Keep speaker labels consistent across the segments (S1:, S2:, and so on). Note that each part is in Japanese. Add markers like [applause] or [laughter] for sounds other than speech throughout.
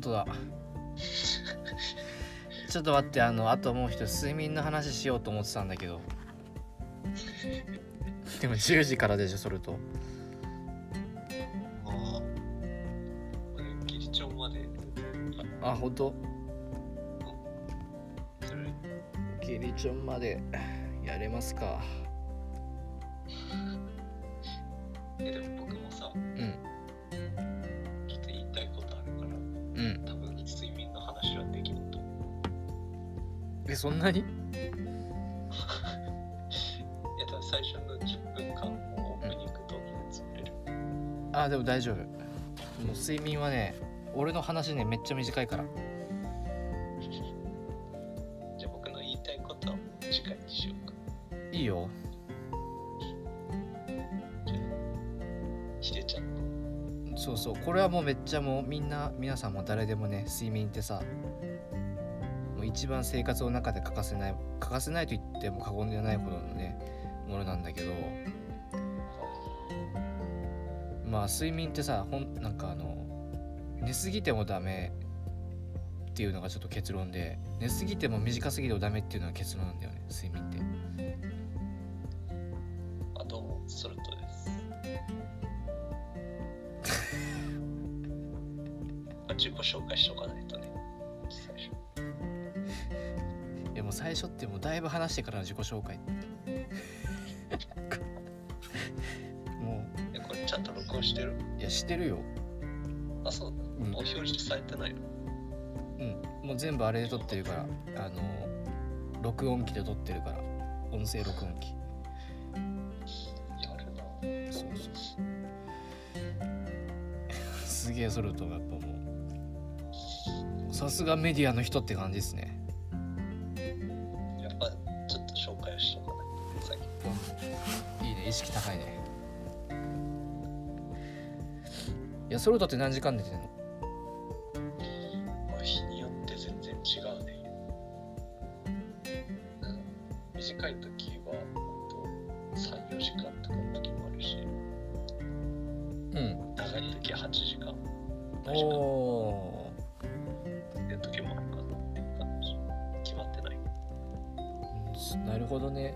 S1: 当だちょっと待ってあのあともう一人睡眠の話しようと思ってたんだけどでも10時からでしょそれと
S2: ああ。俺ギリチョンまで。
S1: あ本当
S2: それ
S1: ギリチョンまでやれますか
S2: え、でも僕もさ、
S1: ん
S2: ちょっと言いたいことあるから、
S1: うん
S2: 多分睡眠の話はできないと思
S1: えそんなに
S2: う。いや、ただ最初の10分間もオープニングトークで作れる。
S1: あでも大丈夫もう睡眠はね俺の話ねめっちゃ短いから
S2: じゃあ僕の言いたいことはもう次回にしようか。
S1: いいよ
S2: ひでちゃんの。
S1: そうそうこれはもうめっちゃもうみんな皆さんも誰でもね睡眠ってさもう一番生活の中で欠かせない欠かせないと言っても過言ではないほどのねものなんだけどまあ睡眠ってさほんなんかあの寝すぎてもダメっていうのがちょっと結論で寝すぎても短すぎてもダメっていうのが結論なんだよね睡眠って
S2: あ、どうも、ソルトです。あ自己紹介しとかないとね。最初。
S1: いやもう最初ってもうだいぶ話してからの自己紹介も
S2: え、これちゃんと録音してる
S1: ういやしてるよ
S2: あ、そうだ。
S1: うん
S2: もう表示されてないの。
S1: うん、もう全部あれで撮ってるからあの録音機で撮ってるから音声録音機
S2: やるな。
S1: そうそう [laughs] すげえソルトがやっぱもうさすがメディアの人って感じですね
S2: やっぱ、ちょっと紹介をしとかないとね。さっき
S1: いいね意識高いねいやソルトって何時間寝てんの
S2: まあ、日によって全然違うね。うん、短い時は、ほんと、3、4時間とかの時もあるし、
S1: うん
S2: 長い時は8時間。8時間
S1: おー
S2: っていう時もあるかなっていう感じ決まってない
S1: うんなるほどね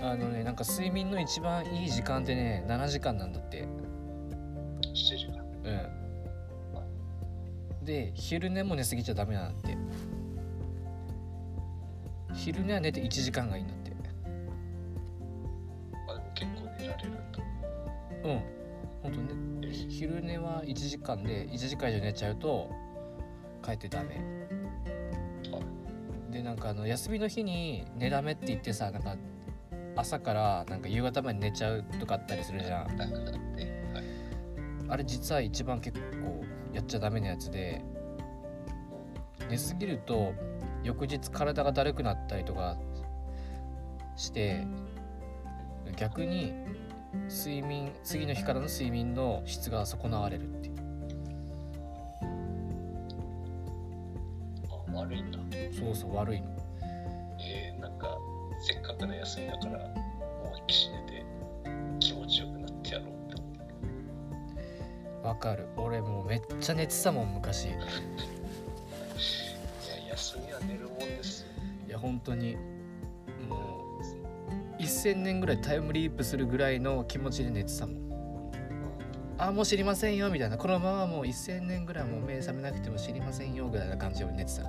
S1: あのねなんか睡眠の一番いい時間ってね7時間なんだって
S2: 7時間
S1: うんで昼寝も寝すぎちゃダメなんだって昼寝は寝て1時間がいいんだって
S2: あでも結構寝られるんだ
S1: うん本当ね昼寝は1時間で1時間以上寝ちゃうと帰ってダメ
S2: あ
S1: でなんかあの休みの日に寝だめって言ってさなんか朝からなんか夕方まで寝ちゃうとかあったりするじゃん
S2: だからってはい
S1: あれ実は一番結構やっちゃダメなやつで寝すぎると翌日体がだるくなったりとかして逆に睡眠次の日からの睡眠の質が損なわれるっていう
S2: あ悪いんだ
S1: そうそう悪いの
S2: えー、なんかせっかくの休みだからもう一気寝て気持ちよくなってやろうって思って
S1: わかる俺もうめっちゃ寝てたもん昔い
S2: いや休みは寝るもんですよ
S1: や本当にもう1000年ぐらいタイムリープするぐらいの気持ちで寝てたもんあもう知りませんよみたいなこのままもう1000年ぐらいもう目覚めなくても知りませんよぐらいな感じで俺寝てたか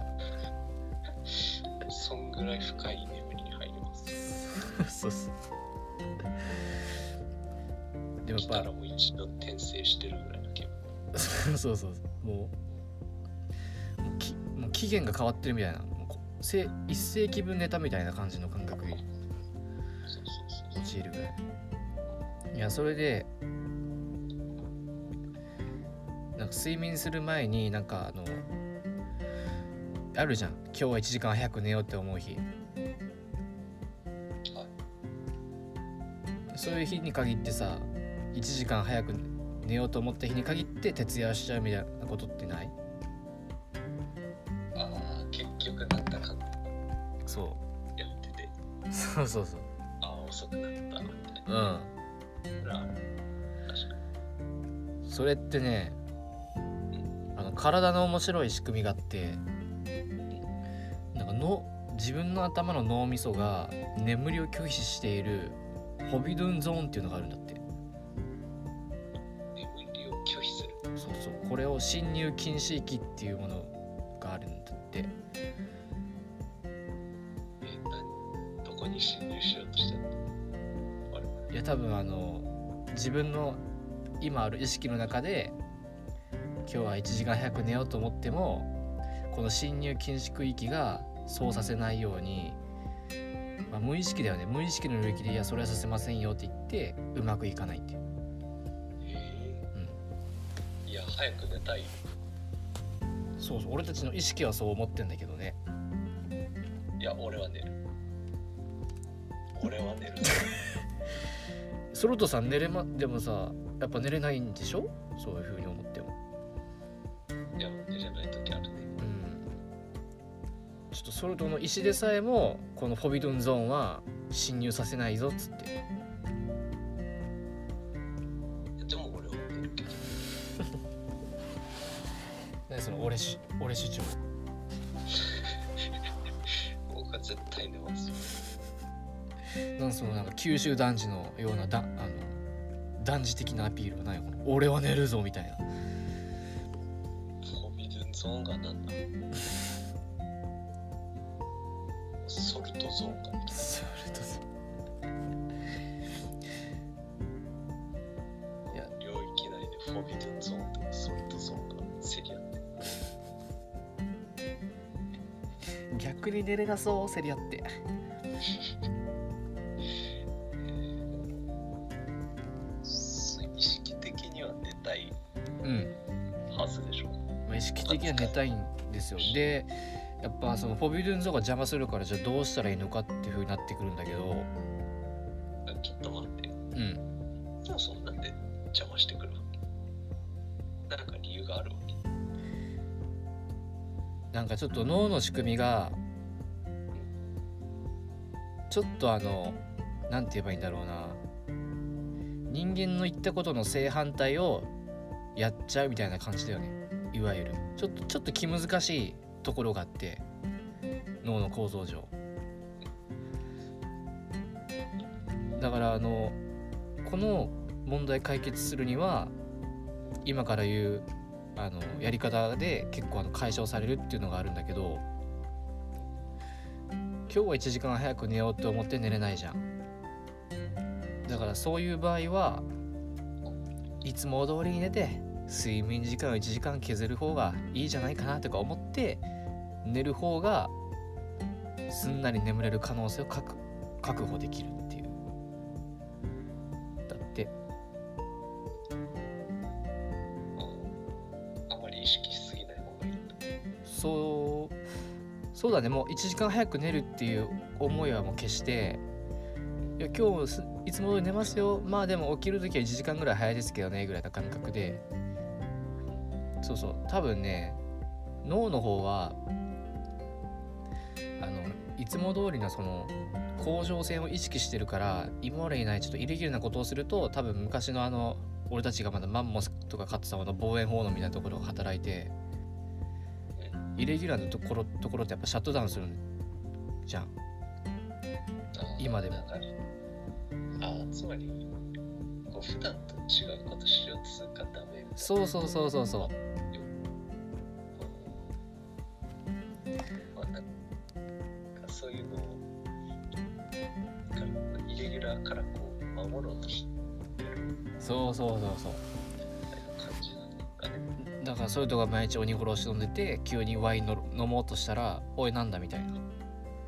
S2: そんぐらい深い眠りに入ります
S1: らそうそうでも
S2: 来た
S1: やっ
S2: らもう一度転生してるぐらいの気分
S1: ぱそうそうそうもうもうきもう期限が変わってるみたいなもうこせ一世紀分寝たみたいな感じの感覚に
S2: そうそうそう
S1: 陥るぐらいいやそれでなんか睡眠する前になんかあのあるじゃん今日は1時間早く寝ようって思う日
S2: はい
S1: そういう日に限ってさ1時間早く寝ようと思った日に限って徹夜しちゃうみたいなことってない
S2: ああ結局なんだかんだ
S1: そ
S2: やってて
S1: う [laughs] そうそうそう
S2: ああ遅くなったみたいな
S1: うん
S2: ほら確かに
S1: それってねあの体の面白い仕組みがあってなんかの自分の頭の脳みそが眠りを拒否しているホビドゥンゾーンっていうのがあるんだって
S2: 眠りを拒否する。
S1: そうそうこれを侵入禁止域っていうものがあるんだって
S2: えー、何どこに侵入しようとしてるのあれ
S1: いや多分あの自分の今ある意識の中で今日は1時間早く寝ようと思ってもこの侵入禁止区域がそうさせないように、まあ、無意識だよね無意識の領域で「いやそれはさせませんよ」って言ってうまくいかないっていう
S2: えーいや、早く寝たい。
S1: そうそう俺たちの意識はそう思ってんだけどね
S2: いや、俺は寝る。俺は寝る。
S1: ソルトさん寝れまでもさやっぱ寝れないんでしょそういうふうに思っても
S2: いや、寝れない時あるね。
S1: ちょっとソルトの石でさえもこのフォビドゥンゾーンは侵入させないぞっつって
S2: いやでも俺は寝るけど。
S1: 何その俺し俺主張
S2: 僕は絶対寝ますよ。
S1: なんそのなんか九州男児のようなだあの男児的なアピールはないよ俺は寝るぞみたいな
S2: ホビルンゾーンがなんだソルトゾーンが
S1: ソルトさん
S2: 領域内でフォビルンゾーンとソルトゾーンが競り合って
S1: 逆に寝れなそう競り合って
S2: 意識的には寝たい
S1: うん、
S2: はずでしょ
S1: まあ、意識的には寝たいんですよでやっぱそのフォビドゥンゾーンが邪魔するからじゃあどうしたらいいのかっていう風になってくるんだけど
S2: ちょっと待って
S1: うん
S2: でもそんなんで邪魔してくるわけなんか理由があるわけ
S1: なんかちょっと脳の仕組みがちょっとあのなんて言えばいいんだろうな人間の言ったことの正反対をやっちゃうみたいな感じだよねいわゆるちょっとちょっと気難しいところがあって脳の構造上だからあのこの問題解決するには今から言うあのやり方で結構あの解消されるっていうのがあるんだけど今日は1時間早く寝ようと思って寝れないじゃんだからそういう場合はいつも通りに寝て睡眠時間を1時間削る方がいいじゃないかなとか思って寝る方がすんなり眠れる可能性を確確保できるっていうだって
S2: うんあまり意識しすぎない方がいいんだ
S1: そうそうだねもう1時間早く寝るっていう思いはもう決していや今日すいつも通り寝ますよまあでも起きる時は1時間ぐらい早いですけどねぐらいな感覚でそうそう多分ね脳の方はあのいつも通りのその甲状腺を意識してるから今までにないちょっとイレギュラーなことをすると多分昔のあの俺たちがまだマンモスとかカッツ様の防衛本能みたいなところが働いてイレギュラーなところところってやっぱシャットダウンするじゃん
S2: あー
S1: 今でも
S2: なんかあーつまりこう普段と違うことしようとするからダメみたいな
S1: そうそうそうそうそう
S2: まあ、なんかそういうのをなんかイレギュラーからこう守ろうとしてる
S1: そうそうそうそう
S2: みたいな感じなんかね。
S1: だからそういうとが毎日鬼殺し飲んでて急にワインの飲もうとしたら「おいなんだ」みたいな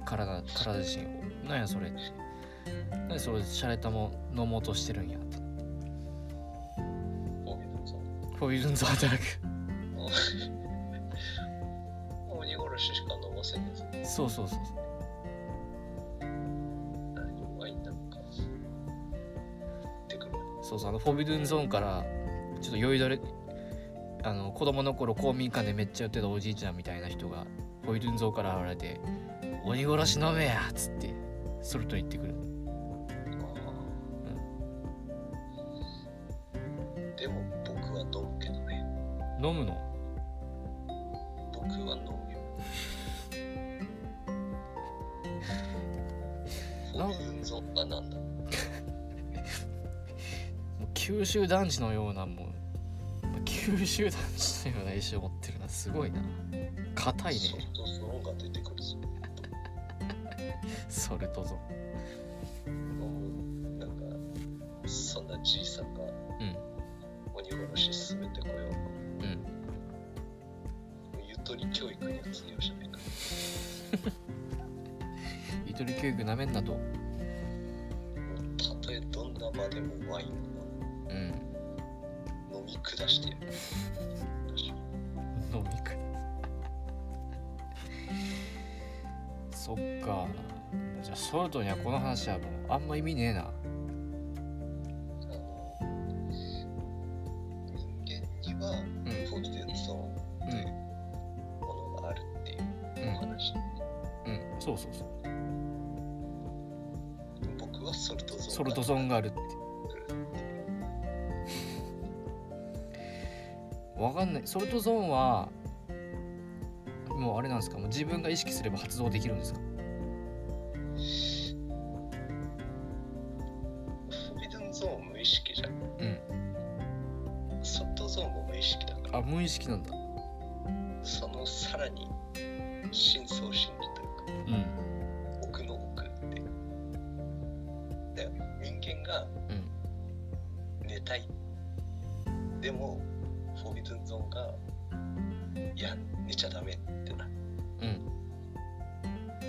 S1: 体体自身を「なんやそれ」何それシャレたもん飲もうとしてるんやって
S2: こういうのそ
S1: フォビルンズ働く
S2: の鬼殺ししか飲ませないですね。
S1: そうそうそうそう
S2: 何もワインなんか出てくる。
S1: そうそうあのフォビドゥンゾーンからちょっと酔いどれあの子供の頃公民館でめっちゃやってたおじいちゃんみたいな人がフォビドゥンゾーンから現れて「鬼殺し飲めや!」っつってソルト言ってくる
S2: でも僕は飲むけどね。
S1: 飲むの
S2: 僕は飲むよ。そういうゾンがなんだ。
S1: もう九州男児のようなもう九州男児のような意思を持ってるなすごいな硬いね
S2: ソフトゾーンが出てくるぞ。
S1: それとぞ
S2: なんか、そんなじいさんが
S1: うん
S2: 鬼殺し進めてこよう。
S1: うん
S2: ゆとり教育に活用しないか。
S1: ゆとり教育なめんなと
S2: もうたとえどんな場でもワイン
S1: うん
S2: を飲み下してやる。
S1: 飲み食いそっかじゃあソルトにはこの話はもうあんま意味ねえな
S2: あの人間には
S1: うん
S2: ポイズンゾーン
S1: う
S2: というんものがあるっていう
S1: う
S2: お
S1: ん
S2: 話。
S1: うんそうそうそう
S2: 僕はソルトゾーン。
S1: ソルトゾーンがあるってわかんないソルトゾーンはもうあれなんですかもう自分が意識すれば発動できるんですか
S2: フリーダムゾーン無意識じゃん。
S1: うん
S2: ソフトゾーンも無意識だから、
S1: あ無意識なんだ
S2: そのさらに真相心理という
S1: う
S2: か、
S1: ん
S2: 奥の奥って。で人間が
S1: うん
S2: 寝たい。でも、フォービズンゾーンが、いや、寝ちゃダメってな。
S1: うん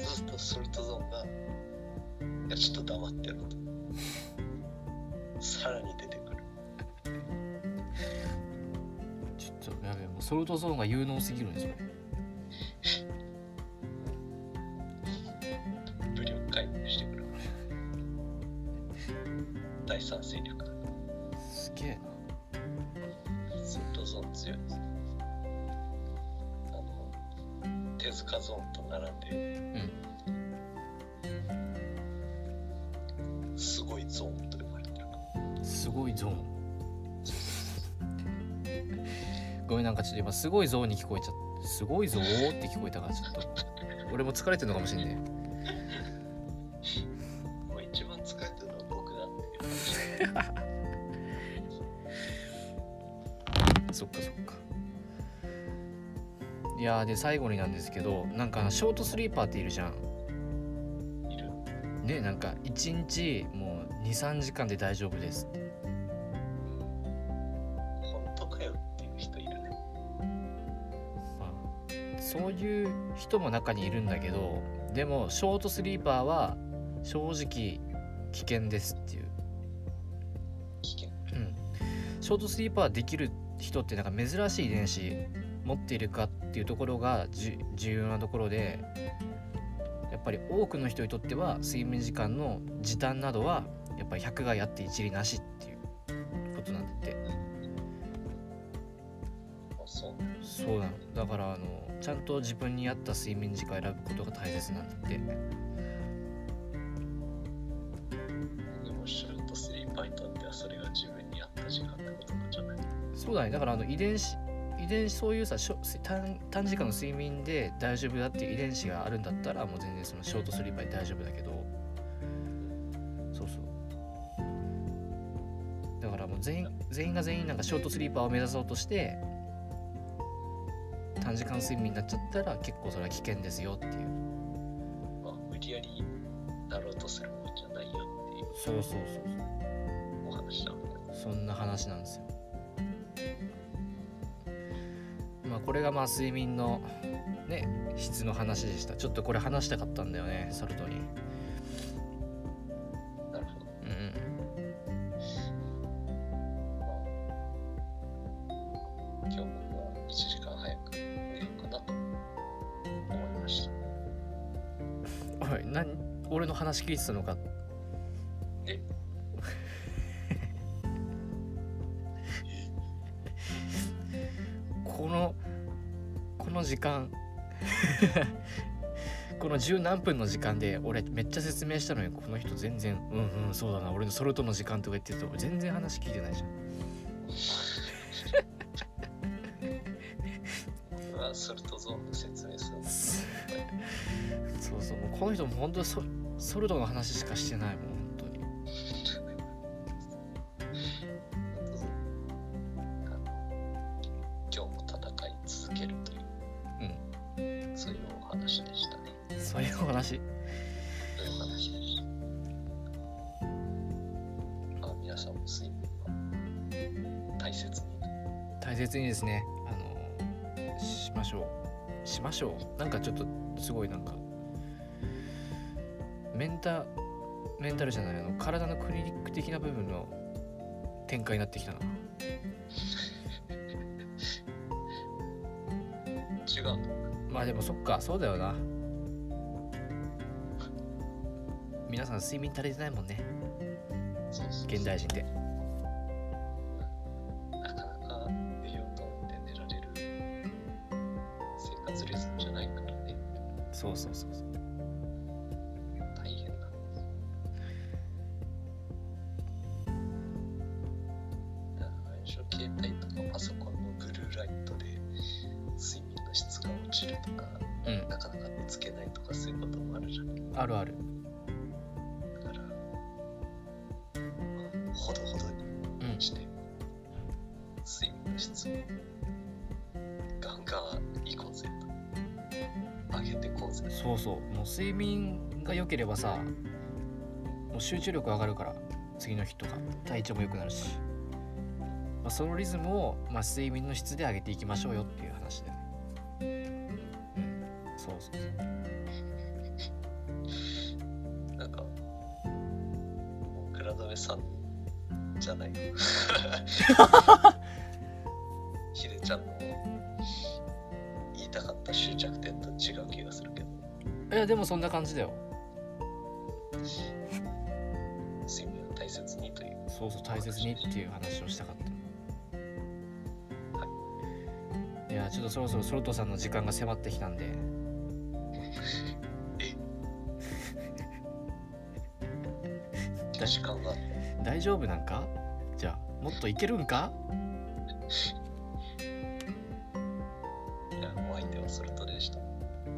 S2: そうすると、ソルトゾーンが、いや、ちょっと黙ってろと。さらに出てくる。
S1: ちょっとやべえもうソルトゾーンが有能すぎるねそれ
S2: 武力回復してくる第三勢力
S1: すげえな
S2: ソルトゾーン強いですあの手塚ゾーンと並んで
S1: うん
S2: すごいゾーンと呼ばれてる
S1: すごいゾーンごめんなんかちょっと今すごいゾーンに聞こえちゃったすごいゾーって聞こえたからちょっと俺も疲れてるのかもしんね
S2: もう一番使えてるのは僕なんだけど
S1: えそっかそっかいやーで最後になんですけどなんかあのショートスリーパーっているじゃん
S2: いる
S1: ねなんか1日もう23時間で大丈夫ですって
S2: 本当かよっていう人いるね
S1: まあそういう人も中にいるんだけどでもショートスリーパーは正直危険ですっていう、
S2: 危険
S1: うん、ショートスリーパーできる人ってなんか珍しい遺伝子持っているかっていうところがじ重要なところでやっぱり多くの人にとっては睡眠時間の時短などはやっぱり100害あって一理なしっていうことなんだって。
S2: あそう
S1: そうなのだからあのちゃんと自分に合った睡眠時間を選ぶことが大切なんだって
S2: でもシュートスリーパイトってはそれが自分に合った時間ってことなんじゃない
S1: そうだねだからあの遺伝子遺伝子そういうさしょ短短時間の睡眠で大丈夫だっていう遺伝子があるんだったらもう全然そのショートスリーパーで大丈夫だけどそうそうだからもう全員全員が全員なんかショートスリーパーを目指そうとして短時間睡眠になっちゃったら結構それは危険ですよっていう
S2: まあ無理やりなろうとするもんじゃないよっていう
S1: そうそうそうそう
S2: お話だもんね
S1: そんな話なんですよ。まあこれがまあ睡眠のね質の話でした。ちょっとこれ話したかったんだよねソルトに。うん
S2: なるほど
S1: うん
S2: まあ今日僕は1時間早く寝ようかなと思いました。
S1: おい何俺の話聞いてたのか。
S2: え
S1: [laughs] このこの時間 [laughs] この十何分の時間で俺めっちゃ説明したのにこの人全然「うんうんそうだな俺のソルトの時間」とか言ってると全然話聞いてないじゃん。
S2: うわからソルトゾーンの説明するの
S1: そうそうもうこの人も本当にソソルトの話しかしてないもん本当に
S2: ソルトゾーンあの今日も戦い続けるという、そういうお話でしたね
S1: そういうお
S2: そう
S1: 話
S2: いうお話でしたあ皆さんも睡眠は大切に
S1: 大切にですねあのしましょうしましょうなんかちょっとすごいなんかメンタメンタルじゃないあの体のクリニック的な部分の展開になってきた
S2: 違
S1: な
S2: うの
S1: まあでもそっかそうだよな皆さん睡眠足りてないもんね
S2: そうそうそう
S1: 現代人って
S2: なかなか栄養と思って寝られる生活リズムじゃないからね
S1: そうそうそうそう
S2: 大変なんですだから最初携帯とかパソコンのブルーライトで睡眠の質が落ちるとか
S1: うん
S2: なかなか寝つけないとかそういうこともあるじゃんだ
S1: あるある
S2: から、まあ、ほどほどに
S1: うん
S2: して睡眠の質をガンガンいこうぜと上げてこうぜ
S1: そうそうもう睡眠が良ければさもう集中力上がるから次の日とか体調も良くなるし、まあ、そのリズムを、まあ、睡眠の質で上げていきましょうよっていう話でねうんそうそうそう
S2: なんかもう倉留さんじゃないよひでちゃんの言いたかった終着点と違う気がするけど
S1: いやでもそんな感じだよ
S2: 睡眠を大切にという
S1: そうそう大切にっていう話をしたかったいやちょっとそろそろソルトさんの時間が迫ってきたんでだ
S2: 時間が
S1: 大丈夫なんかじゃあもっといけるんか
S2: いやお相手はそれとでした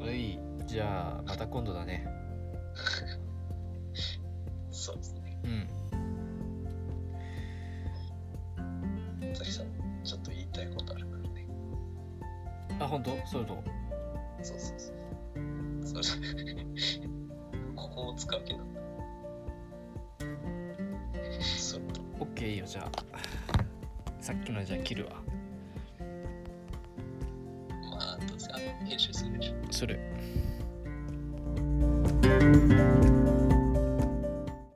S1: ういじゃあまた今度だね
S2: そうですね
S1: うん
S2: さきさんちょっと言いたいことあるからね
S1: あ本当ソルト
S2: そうそうそう。それここを使う気なんだ。そう
S1: オッケーいいよじゃあ [sighs] さっきのじゃあ切るわ
S2: まあ、どうせあの編集するでしょ。
S1: する